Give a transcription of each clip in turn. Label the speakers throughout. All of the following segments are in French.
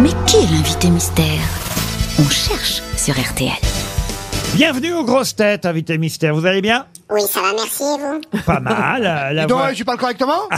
Speaker 1: Mais qui est l'invité mystère On cherche sur RTL.
Speaker 2: Bienvenue aux grosses têtes, invité mystère. Vous allez bien
Speaker 3: Oui, ça va, merci, et vous
Speaker 2: Pas mal. euh, La
Speaker 4: Dis donc,
Speaker 2: voix,
Speaker 4: ouais, je parle correctement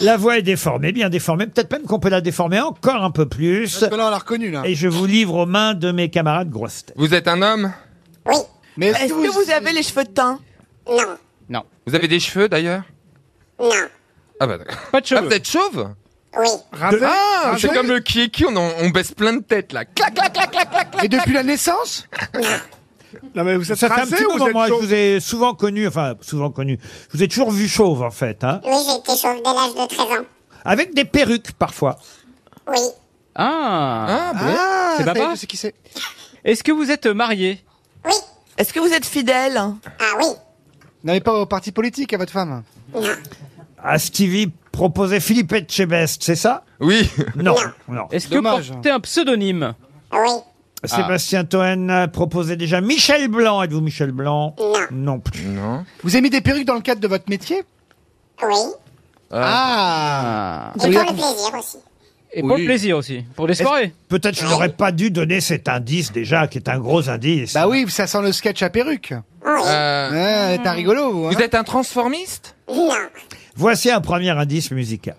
Speaker 2: la voix est déformée, bien déformée. Peut-être même qu'on peut la déformer encore un peu plus.
Speaker 4: Parce que là, on l'a reconnu, là.
Speaker 2: Et je vous livre aux mains de mes camarades grosses têtes.
Speaker 5: Vous êtes un homme
Speaker 3: Oui,
Speaker 4: Mais
Speaker 6: Est-ce que vous avez les cheveux de teint
Speaker 3: non,
Speaker 5: Vous avez des cheveux d'ailleurs
Speaker 3: non,
Speaker 5: Ah bah d'accord. Pas de cheveux. Ah, vous êtes chauve
Speaker 3: oui,
Speaker 4: Rasé
Speaker 5: Ah,
Speaker 4: Rasé
Speaker 5: c'est comme le qui qui, on, en- on baisse plein de têtes là. Clac, clac, clac, clac, clac.
Speaker 4: Et depuis la naissance Non, mais vous êtes
Speaker 2: Ça fait un
Speaker 4: rasé
Speaker 2: petit
Speaker 4: ou vous
Speaker 2: moment,
Speaker 4: êtes
Speaker 2: moi, je
Speaker 4: chaud
Speaker 2: vous ai souvent connu, enfin, souvent connu. Je vous ai toujours vu chauve, en fait, hein.
Speaker 3: oui, j'ai été chauve dès l'âge de 13 ans.
Speaker 2: Avec des perruques, parfois.
Speaker 3: Oui,
Speaker 7: Ah
Speaker 5: Ah bon
Speaker 4: Ah,
Speaker 7: C'est
Speaker 4: ça y est,
Speaker 7: papa
Speaker 4: je sais qui c'est.
Speaker 7: Est-ce que vous êtes marié
Speaker 3: oui,
Speaker 6: Est-ce que vous êtes fidèle
Speaker 3: ah oui,
Speaker 4: N'allez pas au parti politique à votre femme.
Speaker 2: À Stevie proposait Philippe Etchebest, c'est ça?
Speaker 5: Oui.
Speaker 2: Non, non.
Speaker 7: Est-ce que vous
Speaker 4: Dommage.
Speaker 7: portez un pseudonyme
Speaker 3: oui,
Speaker 4: Ah.
Speaker 2: Sébastien Toen proposait déjà Michel Blanc. Êtes-vous Michel Blanc?
Speaker 3: Non.
Speaker 2: Non plus.
Speaker 5: Non.
Speaker 4: Vous avez mis des perruques dans le cadre de votre métier
Speaker 3: oui,
Speaker 5: Euh,
Speaker 4: Ah
Speaker 7: Ah.
Speaker 3: et pour le plaisir aussi.
Speaker 7: Et pour le plaisir aussi, pour les soirées.
Speaker 2: Peut-être je n'aurais pas dû donner cet indice déjà, qui est un gros indice.
Speaker 4: Bah oui, ça sent le sketch à perruque.
Speaker 3: Oui,
Speaker 5: Euh,
Speaker 4: Ah, T'es un rigolo, vous, hein
Speaker 5: Vous êtes un transformiste
Speaker 3: non,
Speaker 2: Voici un premier indice musical.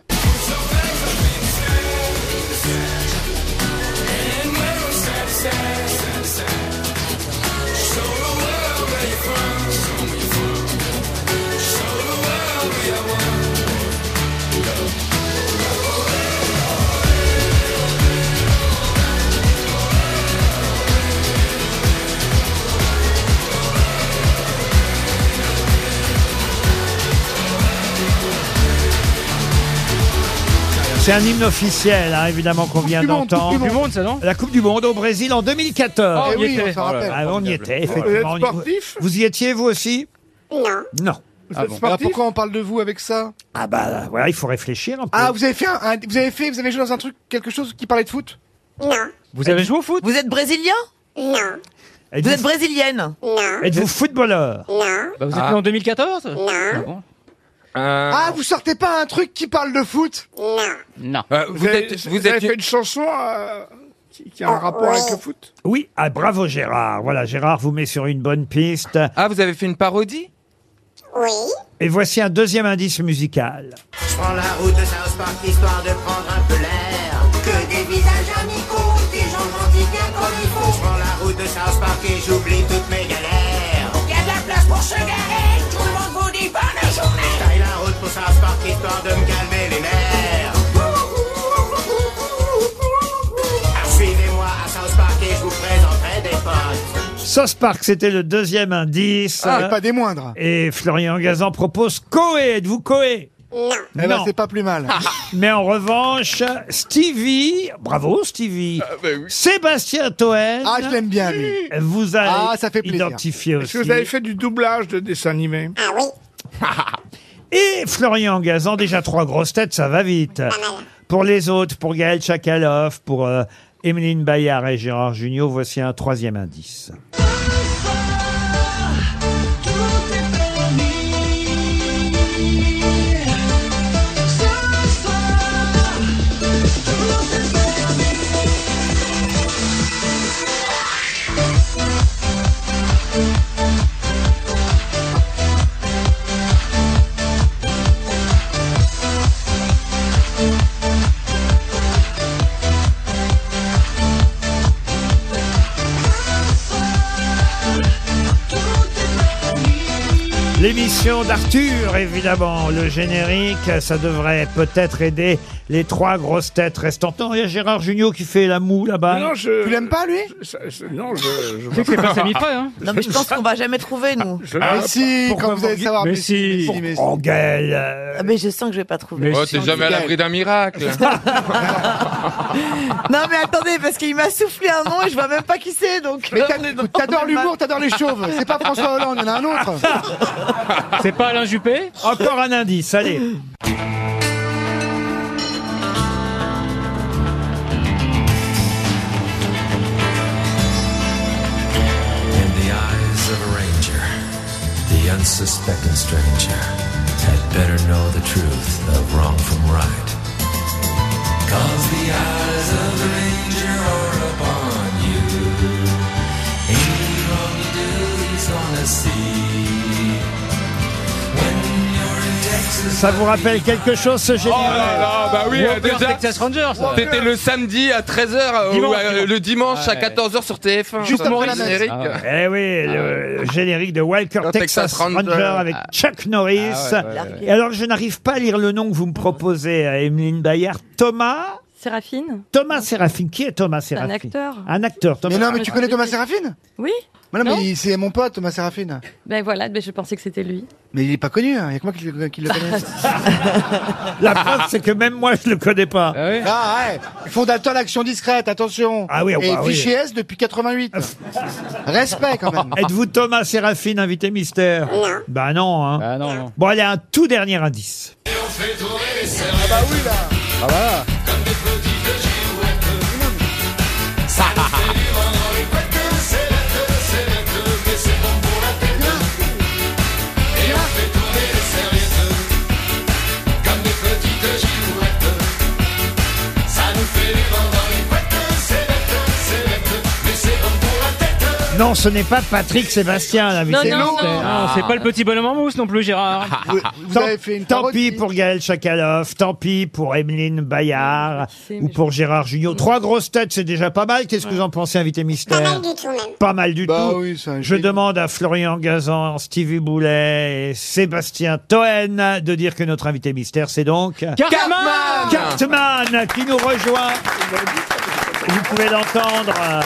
Speaker 2: C'est un hymne officiel, hein, évidemment, qu'on vient
Speaker 4: du monde,
Speaker 2: d'entendre.
Speaker 4: Coupe
Speaker 7: Du monde, ça non
Speaker 2: La Coupe du Monde au Brésil en 2014.
Speaker 7: Oh,
Speaker 4: Eh
Speaker 7: on y
Speaker 4: oui,
Speaker 7: était.
Speaker 4: on s'en
Speaker 7: Oh là
Speaker 4: rappelle.
Speaker 2: Ah, on y était, effectivement. On y-
Speaker 8: sportif
Speaker 2: Vous y étiez, vous aussi
Speaker 3: non,
Speaker 2: Non.
Speaker 7: Ah bon.
Speaker 4: Alors pourquoi on parle de vous avec ça
Speaker 2: Ah bah, voilà, il faut réfléchir un peu.
Speaker 4: Ah, vous avez fait un, un- vous avez fait, vous avez joué dans un truc, quelque chose qui parlait de foot
Speaker 3: non,
Speaker 7: Vous avez joué au foot
Speaker 6: Vous êtes brésilien
Speaker 3: non,
Speaker 6: Vous
Speaker 2: Êtes-vous
Speaker 6: êtes brésilienne
Speaker 3: non,
Speaker 2: êtes-vous footballeur
Speaker 3: non,
Speaker 7: bah, Vous êtes
Speaker 5: Ah.
Speaker 7: né en 2014 Ah
Speaker 3: non,
Speaker 7: bon
Speaker 5: Euh,
Speaker 4: Ah, vous sortez pas un truc qui parle de foot
Speaker 3: non,
Speaker 7: Non.
Speaker 5: euh, Vous êtes... Vous êtes...
Speaker 8: fait une chanson euh, qui, qui a
Speaker 4: Ah,
Speaker 8: un
Speaker 3: Oh,
Speaker 8: rapport
Speaker 3: ouais.
Speaker 8: avec le foot
Speaker 2: Oui. Ah, bravo Gérard. Voilà, Gérard vous met sur une bonne piste.
Speaker 5: Ah, vous avez fait une parodie
Speaker 3: oui,
Speaker 2: Et voici un deuxième indice musical.
Speaker 9: Je prends la route de South Park histoire de prendre un peu l'air. Que des visages amicaux, des gens gentils bien comme il faut. Je prends la route de South Park et j'oublie toutes mes galères. Y a de la place pour se garer, tout le monde vous dit bonne journée. Je taille la route pour South Park histoire de me calmer les nerfs. Alors Suivez-moi à South Park et je vous présenterai des potes.
Speaker 2: Sauce Park, c'était le deuxième indice.
Speaker 8: Ah.
Speaker 4: Et Ah. pas des
Speaker 8: Eh
Speaker 4: moindres.
Speaker 2: Et Florian Gazan propose Coé. Êtes-vous Coé
Speaker 3: non,
Speaker 4: Eh ben,
Speaker 2: Non.
Speaker 4: c'est pas plus mal.
Speaker 8: Ah.
Speaker 2: Mais en revanche, Stevie, bravo Stevie, Sébastien Toen,
Speaker 4: bah Ah, je l'aime bien, lui.
Speaker 2: vous allez
Speaker 4: Ah, ça fait plaisir.
Speaker 2: identifier
Speaker 8: Est-ce
Speaker 2: aussi.
Speaker 8: que vous avez fait du doublage de dessin animé
Speaker 3: ah oui,
Speaker 2: Et Florian Gazan, déjà trois grosses têtes, ça va vite.
Speaker 3: Ah,
Speaker 2: Pour les autres, pour Gaël Chakalov, pour euh, Emeline Bayard et Gérard Junior, voici un troisième indice. L'émission d'Arthur, évidemment, le générique, ça devrait peut-être aider les trois grosses têtes restantes. Non, il y a Gérard Junior qui fait la moue là-bas.
Speaker 8: Non, je.
Speaker 4: Tu l'aimes pas, lui
Speaker 8: je- je- Non, je. je
Speaker 7: C'est pas semi-près, hein
Speaker 6: Non mais je pense qu'on va jamais trouver nous.
Speaker 8: je-
Speaker 4: Mais si,
Speaker 2: pourquoi
Speaker 4: quand vous allez
Speaker 2: vous-
Speaker 4: savoir.
Speaker 7: mais si.
Speaker 4: mais si.
Speaker 2: Oh, Gaël, euh,
Speaker 6: Ah, mais je sens que je vais pas trouver.
Speaker 7: Mais
Speaker 5: Oh, t'es jamais à l'abri d'un miracle.
Speaker 6: Non mais attendez parce qu'il m'a soufflé un nom et je vois même pas qui c'est donc.
Speaker 4: Mais t'as- t'adores l'humour, t'adores les chauves. C'est pas François Hollande, il y en a un autre.
Speaker 7: C'est pas Alain Juppé
Speaker 2: Encore un indice, allez.
Speaker 10: In the eyes of a ranger, the unsuspecting stranger had better know the truth of wrong from right. Cause the eyes of
Speaker 2: Ça vous rappelle quelque chose, ce
Speaker 5: Oh
Speaker 2: génial
Speaker 5: là là, bah oui, euh,
Speaker 11: Walker,
Speaker 5: déjà.
Speaker 11: Texas Rangers. ça.
Speaker 5: C'était le samedi à 13h,
Speaker 11: Dimanche, dimanche.
Speaker 5: euh, le dimanche à
Speaker 11: Ouais.
Speaker 5: 14h sur TF1.
Speaker 4: Juste
Speaker 5: Ça
Speaker 4: après
Speaker 5: me
Speaker 4: la
Speaker 5: générique.
Speaker 11: messe. Ah
Speaker 2: Eh oui, le générique de Walker
Speaker 5: Le
Speaker 2: Texas,
Speaker 5: Texas
Speaker 2: Ranger,
Speaker 5: Ranger.
Speaker 2: avec Chuck Norris.
Speaker 5: Ah ouais, ouais,
Speaker 2: Et alors, je n'arrive pas à lire le nom que vous me proposez, euh, Emeline Bayard. Thomas
Speaker 12: Séraphine
Speaker 2: Thomas Séraphine. Qui est Thomas
Speaker 12: un
Speaker 2: Séraphine
Speaker 12: acteur.
Speaker 2: Un acteur, Thomas.
Speaker 4: Mais non, mais tu connais Thomas Séraphine
Speaker 12: Oui
Speaker 4: mais non,
Speaker 12: Non.
Speaker 4: mais il- c'est mon pote, Thomas Séraphine.
Speaker 12: Ben voilà, ben je pensais que c'était lui.
Speaker 4: Mais il est pas connu, hein. il y a que moi qui le, qui le connais.
Speaker 2: La preuve, c'est que même moi, je ne le connais pas.
Speaker 13: Euh.
Speaker 11: Ah ouais.
Speaker 4: ah ouais, fondateur d'Action Discrète, attention.
Speaker 2: Ah oui, ah
Speaker 4: Et
Speaker 2: bah oui.
Speaker 4: fichier S depuis 88. Respect quand même.
Speaker 2: Êtes-vous Thomas Séraphine, invité mystère
Speaker 3: Non.
Speaker 2: Bah non, hein.
Speaker 11: Ah non, non.
Speaker 2: Bon, allez, un tout dernier indice. Non, ce n'est pas Patrick Sébastien, l'invité.
Speaker 12: Non, non, non.
Speaker 11: Ah, c'est pas le petit bonhomme en mousse non plus, Gérard.
Speaker 4: Vous, vous
Speaker 2: Tant,
Speaker 4: avez fait une
Speaker 2: tant
Speaker 4: tarot
Speaker 2: pis
Speaker 4: de-
Speaker 2: pour Gaël Chakalov, tant pis pour Emeline Bayard
Speaker 12: sais,
Speaker 2: ou
Speaker 12: mais
Speaker 2: pour Gérard Junior. Trois grosses têtes, c'est déjà pas mal. Qu'est-ce que vous en pensez, invité
Speaker 3: Pas
Speaker 2: mystère
Speaker 3: mal du tout, même.
Speaker 2: Pas mal du
Speaker 4: Bah
Speaker 2: tout.
Speaker 4: oui, ça.
Speaker 2: Je demande à Florian Gazan, Stevie Boulet et Sébastien Toen de dire que notre invité mystère, c'est donc
Speaker 11: Cartman
Speaker 2: Cartman qui nous rejoint. Vous pouvez l'entendre euh,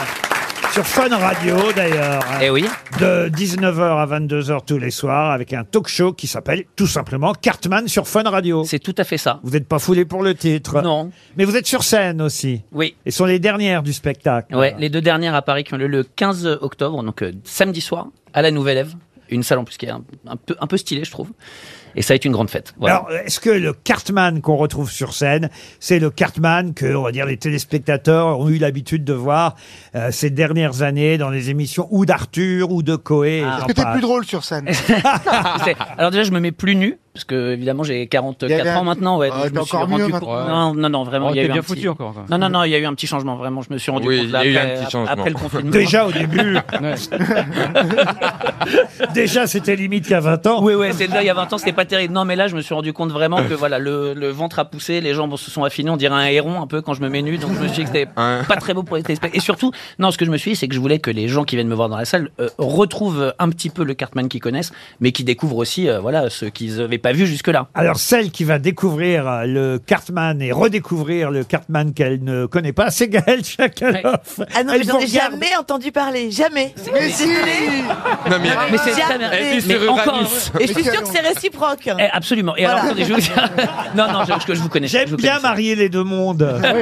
Speaker 2: sur Fun Radio d'ailleurs.
Speaker 13: Eh oui.
Speaker 2: De 19h à 22h tous les soirs avec un talk show qui s'appelle tout simplement Cartman sur Fun Radio.
Speaker 13: C'est tout à fait ça.
Speaker 2: Vous n'êtes pas foulé pour le titre.
Speaker 13: Non.
Speaker 2: Mais vous êtes sur scène aussi.
Speaker 13: Oui.
Speaker 2: Et ce sont les dernières du spectacle.
Speaker 13: Ouais,
Speaker 4: Euh,
Speaker 13: les deux dernières à Paris qui ont lieu le 15 octobre, donc euh, samedi soir, à la Nouvelle Ève. Une salle en plus qui est un, un peu, un peu stylée, je trouve. Et ça va être une grande fête. Voilà.
Speaker 2: Alors, est-ce que le Cartman qu'on retrouve sur scène, c'est le Cartman que, on va dire, les téléspectateurs ont eu l'habitude de voir euh, ces dernières années dans les émissions ou d'Arthur ou de Coé et
Speaker 13: Ah.
Speaker 2: j'en
Speaker 4: Est-ce que t'es
Speaker 2: passe.
Speaker 4: plus drôle sur scène
Speaker 13: C'est- Alors déjà, je me mets plus nu, parce que évidemment, j'ai
Speaker 4: ah, Il y
Speaker 13: 44
Speaker 4: avait un-
Speaker 13: ans maintenant. Ouais,
Speaker 4: Ah,
Speaker 13: donc je
Speaker 4: t'es
Speaker 13: me suis
Speaker 4: encore
Speaker 13: rendu
Speaker 4: mieux
Speaker 13: compte-
Speaker 4: maintenant.
Speaker 13: Non, non, non, vraiment,
Speaker 11: Oh,
Speaker 13: il y a
Speaker 11: t'es
Speaker 13: eu
Speaker 11: bien
Speaker 13: un
Speaker 11: foutu
Speaker 13: petit-
Speaker 11: encore. quoi.
Speaker 13: Non, non, non, il y a eu un petit changement, vraiment, je me suis rendu
Speaker 5: Oui,
Speaker 13: compte
Speaker 5: il y
Speaker 13: là,
Speaker 5: a eu un
Speaker 13: après,
Speaker 5: petit
Speaker 13: ap-
Speaker 5: changement.
Speaker 13: après le confinement.
Speaker 2: Déjà au début,
Speaker 11: Ouais.
Speaker 2: déjà c'était limite qu'à 20 ans.
Speaker 13: Oui, oui, c'est là, il y a 20 ans, c'était pas terrible. Non, mais là, je me suis rendu compte vraiment que voilà, le, le ventre a poussé, les jambes se sont affinées, on dirait un héron un peu quand je me mets nu, donc je me suis dit que c'était
Speaker 5: Hein.
Speaker 13: pas très beau pour les téléspectateurs. Et surtout, non, ce que je me suis dit, c'est que je voulais que les gens qui viennent me voir dans la salle euh, retrouvent un petit peu le Cartman qu'ils connaissent, mais qui découvrent aussi, euh, voilà, ce qu'ils avaient pas vu jusque-là.
Speaker 2: Alors celle qui va découvrir euh, le Cartman et redécouvrir le Cartman qu'elle ne connaît pas, c'est Gaëlle Chakaloff.
Speaker 6: Ah non,
Speaker 2: Elle
Speaker 6: mais
Speaker 2: vous
Speaker 6: j'en ai
Speaker 2: regarde.
Speaker 6: jamais entendu parler. Jamais. Mais si
Speaker 5: Non, mais-
Speaker 13: Mais c'est
Speaker 6: Jamais.
Speaker 13: très bien.
Speaker 5: Elle dit
Speaker 13: Mais
Speaker 5: sur
Speaker 13: encore.
Speaker 5: Uranus.
Speaker 6: Et je suis sûre que c'est réciproque.
Speaker 13: Eh, absolument. Et alors, attendez, je vous... non, non, je, je vous connais. je
Speaker 2: J'aime
Speaker 13: vous
Speaker 2: bien
Speaker 13: connais.
Speaker 2: marier les deux mondes.
Speaker 13: Ah non,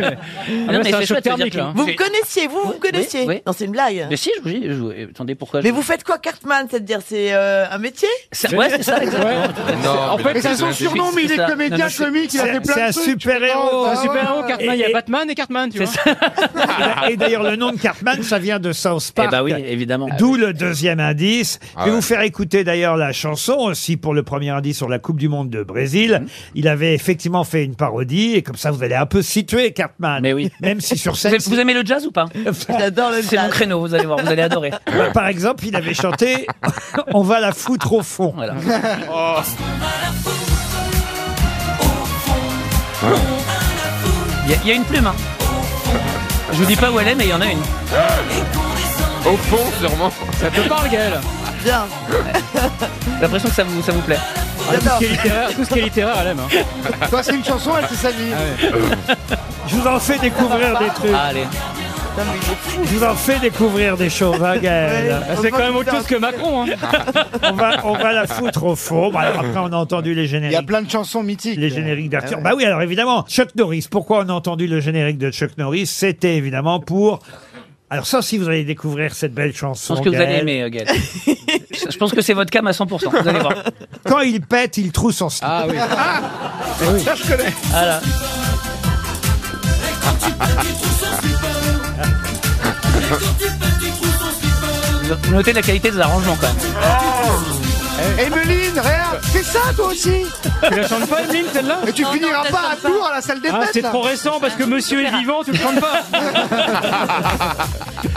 Speaker 11: Ouais,
Speaker 13: mais
Speaker 11: c'est un choc
Speaker 13: c'est chouette de dire
Speaker 11: thermique,
Speaker 13: que-
Speaker 11: là.
Speaker 6: Vous me connaissiez, vous, vous me
Speaker 13: Oui,
Speaker 6: connaissiez.
Speaker 13: oui.
Speaker 6: Non, c'est une blague.
Speaker 13: Mais si, je vous dis, je vous- eh, attendez, pourquoi
Speaker 6: Mais
Speaker 13: je-
Speaker 6: vous faites quoi, Cartman C'est-à-dire, c'est euh, un métier
Speaker 13: Ça- Ouais, c'est ça, exactement.
Speaker 5: Non,
Speaker 11: En
Speaker 5: mais
Speaker 11: fait,
Speaker 5: la
Speaker 4: Mais c'est
Speaker 5: question
Speaker 4: son
Speaker 5: de la
Speaker 4: surnom, mais il
Speaker 13: c'est
Speaker 4: est
Speaker 13: ça. Non,
Speaker 4: comédien
Speaker 13: mais c'est-
Speaker 4: comique, il a fait
Speaker 2: C'est c'est
Speaker 4: plein
Speaker 2: un
Speaker 4: de trucs. Ah
Speaker 2: super héros.
Speaker 11: C'est un super héros, Cartman. Il y
Speaker 2: Et-
Speaker 11: a
Speaker 2: et-
Speaker 11: Batman et Cartman, tu vois.
Speaker 2: Et d'ailleurs, le nom de Cartman, ça vient de South
Speaker 13: Eh
Speaker 2: Park.
Speaker 13: bah oui, évidemment.
Speaker 2: D'où le deuxième indice.
Speaker 5: Ah
Speaker 2: Je vais
Speaker 5: ouais.
Speaker 2: vous faire écouter d'ailleurs la chanson aussi pour le premier indice sur la Coupe du Monde de Brésil.
Speaker 13: Mm-hmm.
Speaker 2: Il avait effectivement fait une parodie et comme ça vous allez un peu situer Cartman.
Speaker 13: Mais oui.
Speaker 2: Même si sur
Speaker 13: Vous
Speaker 2: scène,
Speaker 13: aimez- vous aimez le jazz ou pas
Speaker 6: J'adore le
Speaker 13: C'est mon
Speaker 6: jazz.
Speaker 13: créneau, vous allez voir, vous allez adorer.
Speaker 2: bah, par exemple, il avait chanté On va la foutre au fond.
Speaker 13: Voilà. Il y, a- il y a une plume. Hein. Je vous dis pas où elle est, mais il y en a une.
Speaker 5: Au fond, sûrement.
Speaker 11: Ça te parle, Gaël.
Speaker 6: Bien.
Speaker 13: J'ai l'impression que ça vous, ça vous plaît.
Speaker 6: J'adore.
Speaker 11: Littéraire, Tout ce qui est littéraire, elle aime. hein.
Speaker 4: Toi, c'est une chanson, elle, c'est sa vie.
Speaker 2: Je vous en fais découvrir des trucs.
Speaker 13: Ah, Allez.
Speaker 2: Je vous en fais découvrir des choses, hein, Gaël.
Speaker 11: Ah, C'est quand même autre chose que Macron. hein.
Speaker 2: On va, on va la foutre au fond. Bon, alors après, on a entendu les
Speaker 4: Il y a
Speaker 2: génériques.
Speaker 4: plein de Ah chansons mythiques.
Speaker 2: Les génériques d'Arthur. Bah oui, alors évidemment, Chuck Norris. Pourquoi on a entendu le générique de Chuck Norris C'était évidemment pour. Alors ça aussi, vous allez découvrir cette belle
Speaker 13: Je
Speaker 2: chanson.
Speaker 13: pense que vous
Speaker 2: Gaël.
Speaker 13: allez aimer, euh, Gaël. Je je pense que c'est votre cam à 100%. Vous allez voir.
Speaker 2: Quand il pète, il trousse en slip.
Speaker 11: Ah oui.
Speaker 13: Voilà. Notez la qualité des arrangements quand même.
Speaker 4: Emeline, regarde, fais ça, toi aussi
Speaker 7: Tu la chantes pas, Emeline, celle-là
Speaker 2: Ah,
Speaker 4: Et tu
Speaker 14: Oh non,
Speaker 4: finiras
Speaker 14: t'as
Speaker 4: pas à
Speaker 14: chanté ça.
Speaker 4: Tours, à la salle des
Speaker 7: Ah,
Speaker 4: fêtes,
Speaker 7: c'est
Speaker 4: là.
Speaker 7: trop récent parce que monsieur est vivant, tu le chantes pas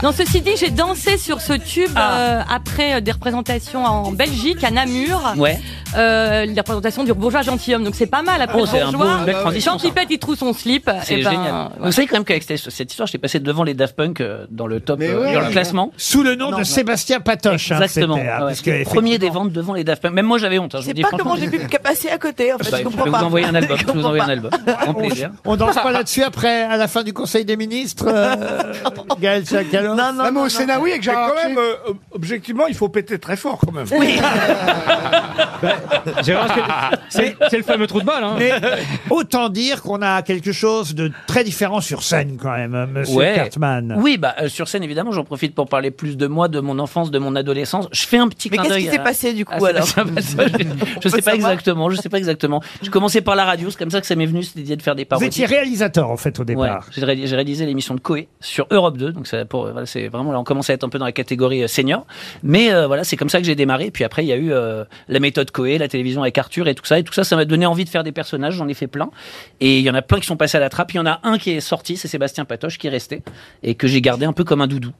Speaker 14: Non, ceci dit, j'ai dansé sur ce tube euh, après euh, des représentations en Belgique, à Namur.
Speaker 13: Ouais.
Speaker 14: Euh, les représentations du bourgeois gentilhomme. Donc c'est pas mal après
Speaker 13: Oh, c'est un
Speaker 14: bourgeois. Euh,
Speaker 13: beau- une belle transition,
Speaker 14: Jean Pipette, il trouve son slip.
Speaker 13: C'est
Speaker 14: Eh ben,
Speaker 13: génial. Vous savez quand même qu'avec cette, cette histoire, j'ai passé devant les Daft Punk euh, dans le top, euh,
Speaker 2: ouais.
Speaker 13: dans le classement.
Speaker 2: Sous le nom de Sébastien Patoche. hein,
Speaker 13: Exactement.
Speaker 2: c'était, hein,
Speaker 13: Ah ouais.
Speaker 2: parce que,
Speaker 13: Premier des ventes devant les Daft Punk. Même moi, j'avais honte. hein, je vous
Speaker 6: C'est
Speaker 13: dis
Speaker 6: pas comment
Speaker 13: franchement.
Speaker 6: j'ai pu passer à côté, en fait,
Speaker 13: Bah,
Speaker 6: je
Speaker 13: je
Speaker 6: comprends
Speaker 13: vais vous
Speaker 6: pas.
Speaker 13: envoyer un album. Je vais vous
Speaker 6: comprends
Speaker 13: envoyer
Speaker 6: pas.
Speaker 13: un album. Grand plaisir.
Speaker 2: On danse pas là-dessus après, à la fin du Conseil des ministres, euh, Gaël Chakalov
Speaker 6: Non, non,
Speaker 4: Même
Speaker 6: non,
Speaker 4: au
Speaker 6: non.
Speaker 4: Sénat, oui, avec
Speaker 8: Mais
Speaker 4: Gérard
Speaker 8: quand même,
Speaker 4: Larcher.
Speaker 8: euh, ob- objectivement, il faut péter très fort quand même.
Speaker 7: Gérard, parce que c'est c'est le fameux trou de balle, hein
Speaker 2: Mais autant dire qu'on a quelque chose de très différent sur scène quand même, hein, Monsieur
Speaker 13: Ouais.
Speaker 2: Cartman.
Speaker 13: Oui, bah euh, sur scène évidemment, j'en profite pour parler plus de moi, de mon enfance, de mon adolescence. Je fais un petit
Speaker 6: Mais
Speaker 13: clin
Speaker 6: qu'est-ce
Speaker 13: d'œil
Speaker 6: qui
Speaker 13: à-
Speaker 6: s'est passé du
Speaker 13: Ah,
Speaker 6: coup
Speaker 13: ça-
Speaker 6: alors
Speaker 13: ça- ça- je je
Speaker 6: peut
Speaker 13: sais pas
Speaker 6: savoir
Speaker 13: exactement, je sais pas exactement. J'ai commencé par la radio, c'est comme ça que ça m'est venu cette idée de faire des
Speaker 2: Vous
Speaker 13: parodies.
Speaker 2: étiez réalisateur en fait au
Speaker 13: Ouais,
Speaker 2: départ.
Speaker 13: j'ai ré- j'ai réalisé l'émission de Coé sur Europe 2, donc ça pour euh, voilà, c'est vraiment là on commence à être un peu dans la catégorie euh, senior, mais euh, voilà c'est comme ça que j'ai démarré. Puis après il y a eu euh, la méthode Coé, la télévision avec Arthur et tout ça et tout ça ça m'a donné envie de faire des personnages, j'en ai fait plein et il y en a plein qui sont passés à la trappe. Il y en a un qui est sorti, c'est Sébastien Patoche qui est resté et que j'ai gardé un peu comme un doudou.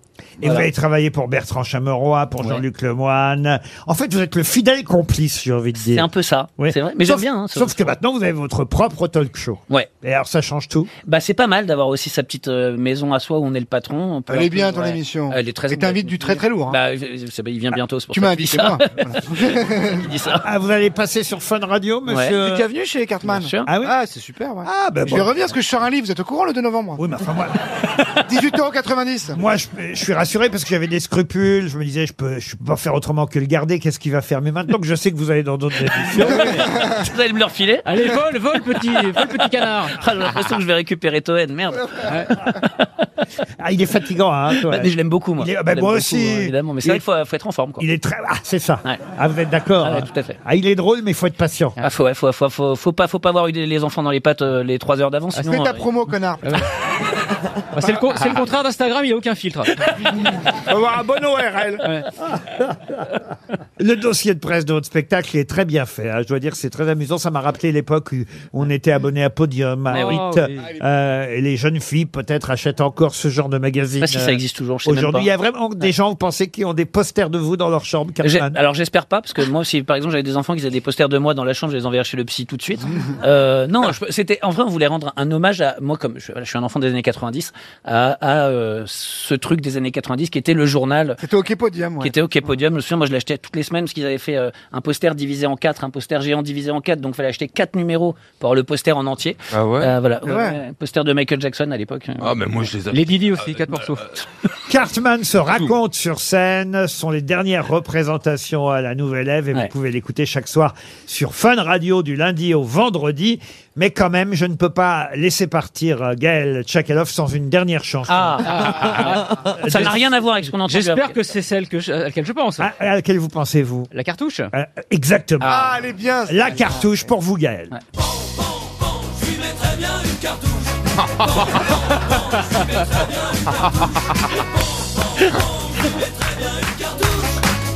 Speaker 2: Et vous avez travaillé pour Bertrand Chameroy, pour
Speaker 13: Ouais.
Speaker 2: Jean-Luc Lemoine. En fait, vous êtes le fidèle complice, j'ai envie de
Speaker 13: C'est
Speaker 2: dire.
Speaker 13: un peu ça,
Speaker 2: Oui.
Speaker 13: c'est vrai. Mais
Speaker 2: Sauf-
Speaker 13: j'aime bien. hein, ce-
Speaker 2: Sauf que maintenant, vous avez votre propre talk show.
Speaker 13: Ouais.
Speaker 2: Et alors, ça change tout.
Speaker 13: Bah c'est pas mal d'avoir aussi sa petite euh, maison à soi où on est le patron. On peut
Speaker 4: Elle est
Speaker 13: un peu-
Speaker 4: bien, ton
Speaker 13: ouais.
Speaker 4: émission.
Speaker 13: Elle est très.
Speaker 4: Et t'invites du très, très lourd, hein.
Speaker 13: Bah, euh, c'est- bah, il vient bientôt. c'est pour
Speaker 4: Tu
Speaker 13: ça
Speaker 4: m'as
Speaker 13: qu'il dit
Speaker 4: invité,
Speaker 13: ça.
Speaker 4: moi.
Speaker 13: Il dit ça.
Speaker 2: Ah, vous allez passer sur Fun Radio, monsieur
Speaker 4: T'es déjà venu chez Cartman
Speaker 13: Bien sûr.
Speaker 2: Ah oui
Speaker 4: Ah, c'est super, ouais.
Speaker 2: Ah, ben
Speaker 4: Je
Speaker 2: bon.
Speaker 4: vais revenir parce que je sors un livre, vous êtes au courant le 2 novembre
Speaker 2: Oui, mais enfin, moi,
Speaker 4: 18,90
Speaker 2: moi je, je suis rassuré parce que j'avais des scrupules. Je me disais, je peux, je peux pas faire autrement que le garder. Qu'est-ce qu'il va faire Mais maintenant que je sais que vous allez dans d'autres émissions,
Speaker 13: Vous allez me le refiler.
Speaker 7: Allez, vole, vole, petit, vole, petit canard
Speaker 13: Ah, j'ai l'impression que je vais récupérer Toen. Merde.
Speaker 2: ah, il est fatigant, hein, toi.
Speaker 13: Bah, mais je l'aime beaucoup moi.
Speaker 2: Il est- ah, bah,
Speaker 13: Je l'aime
Speaker 2: moi
Speaker 13: beaucoup,
Speaker 2: aussi.
Speaker 13: hein, évidemment, mais c'est
Speaker 2: Il-
Speaker 13: vrai qu'il faut, faut être en forme quoi.
Speaker 2: Il est très. Ah, c'est ça.
Speaker 13: Ouais.
Speaker 2: Ah, vous êtes d'accord
Speaker 13: Ah, ouais,
Speaker 2: hein.
Speaker 13: tout à fait.
Speaker 2: Ah, il est drôle, mais il faut être patient.
Speaker 13: Ah, faut, ouais, faut, faut, faut, faut pas, faut pas avoir eu les- les enfants dans les pattes euh, les trois heures d'avance.
Speaker 2: Ah,
Speaker 4: Fais
Speaker 13: Sinon,
Speaker 4: ta
Speaker 13: euh,
Speaker 4: promo, connard.
Speaker 7: Bah, C'est le, con- c'est le contraire d'Instagram, il n'y a aucun filtre.
Speaker 8: Faut avoir un bon ORL.
Speaker 2: Le dossier de presse de votre spectacle est très bien fait. hein. Je dois dire que c'est très amusant. Ça m'a rappelé l'époque où on était abonné à Podium, à
Speaker 13: Mais oui.
Speaker 2: Hit. Euh, et les jeunes filles, peut-être, achètent encore ce genre de
Speaker 13: je
Speaker 2: magazine.
Speaker 13: sais pas Ah, si ça
Speaker 2: euh,
Speaker 13: existe toujours. je sais même
Speaker 2: Aujourd'hui,
Speaker 13: pas.
Speaker 2: il y a vraiment des gens, vous pensez, qui ont des posters de vous dans leur chambre,
Speaker 13: J'ai-
Speaker 2: Cartman
Speaker 13: Alors j'espère pas, parce que moi, si par exemple j'avais des enfants qui avaient des posters de moi dans la chambre, je les enverrais chez le psy tout de suite. Euh, non, je- c'était en vrai, on voulait rendre un hommage à moi, comme je, voilà, je suis un enfant des années 90, à, à, euh, ce truc des années 90 qui était le journal.
Speaker 4: C'était au Képodium,
Speaker 13: Qui
Speaker 4: ouais.
Speaker 13: était OK Podium. Je me souviens, moi, je l'achetais toutes les semaines parce qu'ils avaient fait euh, un poster divisé en quatre, un poster géant divisé en quatre. Donc, il fallait acheter quatre numéros pour avoir le poster en entier.
Speaker 5: Ah ouais
Speaker 13: Euh, voilà.
Speaker 4: Ouais.
Speaker 13: Ouais, Poster de Michael Jackson à l'époque.
Speaker 5: Ah, mais moi je les ai.
Speaker 7: Les Didi
Speaker 5: Ah,
Speaker 7: aussi,
Speaker 5: euh,
Speaker 7: 4 morceaux.
Speaker 2: Cartman se raconte sur scène. Ce sont les dernières représentations à la Nouvelle Ève et vous
Speaker 13: Ouais.
Speaker 2: pouvez l'écouter chaque soir sur Fun Radio du lundi au vendredi. Mais quand même, je ne peux pas laisser partir euh, Gaël Tchakalov sans une dernière chanson.
Speaker 13: Ah, Ça n'a rien à voir avec ce qu'on entend.
Speaker 7: J'espère que c'est celle que je- à laquelle je pense.
Speaker 2: Ah, À, à laquelle vous pensez-vous
Speaker 7: La cartouche
Speaker 2: Euh, Exactement.
Speaker 4: Ah, elle est bien. ça.
Speaker 2: La cartouche pour vous, Gaël.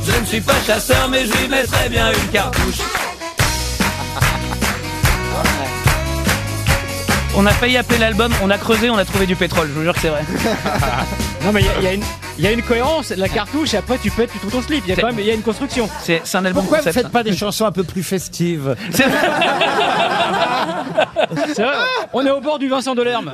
Speaker 13: Je ne suis pas chasseur, mais je lui mettrais bien une cartouche. On a failli appeler l'album, on a creusé, on a trouvé du pétrole, je vous jure que c'est vrai.
Speaker 7: Non, mais il y a- il y, a une- il y a une cohérence. La cartouche, et après, tu pètes, tu trouves ton slip. Il y a
Speaker 13: C'est-
Speaker 7: quand même- il y a une construction.
Speaker 13: C'est c'est un album
Speaker 2: Pourquoi vous ne
Speaker 13: concept.
Speaker 2: faites pas des chansons un peu plus festives
Speaker 13: C'est-
Speaker 7: C'est vrai, on est au bord du Vincent Delerme.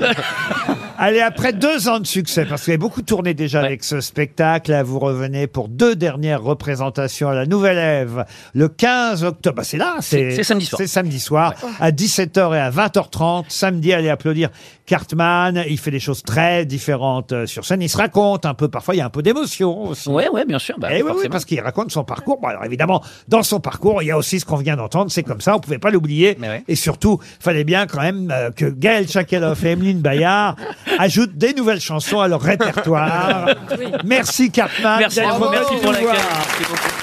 Speaker 2: Allez, après deux ans de succès, parce qu'il y a beaucoup tourné déjà
Speaker 13: Ouais.
Speaker 2: avec ce spectacle, là, vous revenez pour deux dernières représentations à la Nouvelle Ève, le 15 octobre. Bah, c'est là,
Speaker 13: C'est- c'est samedi soir.
Speaker 2: C'est samedi soir, à 17h et à 20h30. Samedi, allez applaudir Cartman. Il fait des choses très différentes euh, sur scène. Il se raconte un peu, parfois, il y a un peu d'émotion aussi.
Speaker 13: Ouais, ouais, bien sûr. Bah,
Speaker 2: Eh oui, oui,
Speaker 13: forcément.
Speaker 2: parce qu'il raconte son parcours. Bon, alors évidemment, dans son parcours, il y a aussi ce qu'on vient d'entendre. C'est comme ça, on pouvait pas l'oublier.
Speaker 13: Mais ouais.
Speaker 2: Et surtout, fallait bien quand même euh, que Gaël Chakalov et Emeline Bayard ajoutent des nouvelles chansons à leur répertoire.
Speaker 14: Oui.
Speaker 2: Merci Cartman.
Speaker 13: Merci,
Speaker 2: d'être
Speaker 13: à vous,
Speaker 2: venu
Speaker 7: Ah,
Speaker 13: merci
Speaker 2: nous
Speaker 13: pour l'accueil.
Speaker 2: voir.
Speaker 13: Merci beaucoup.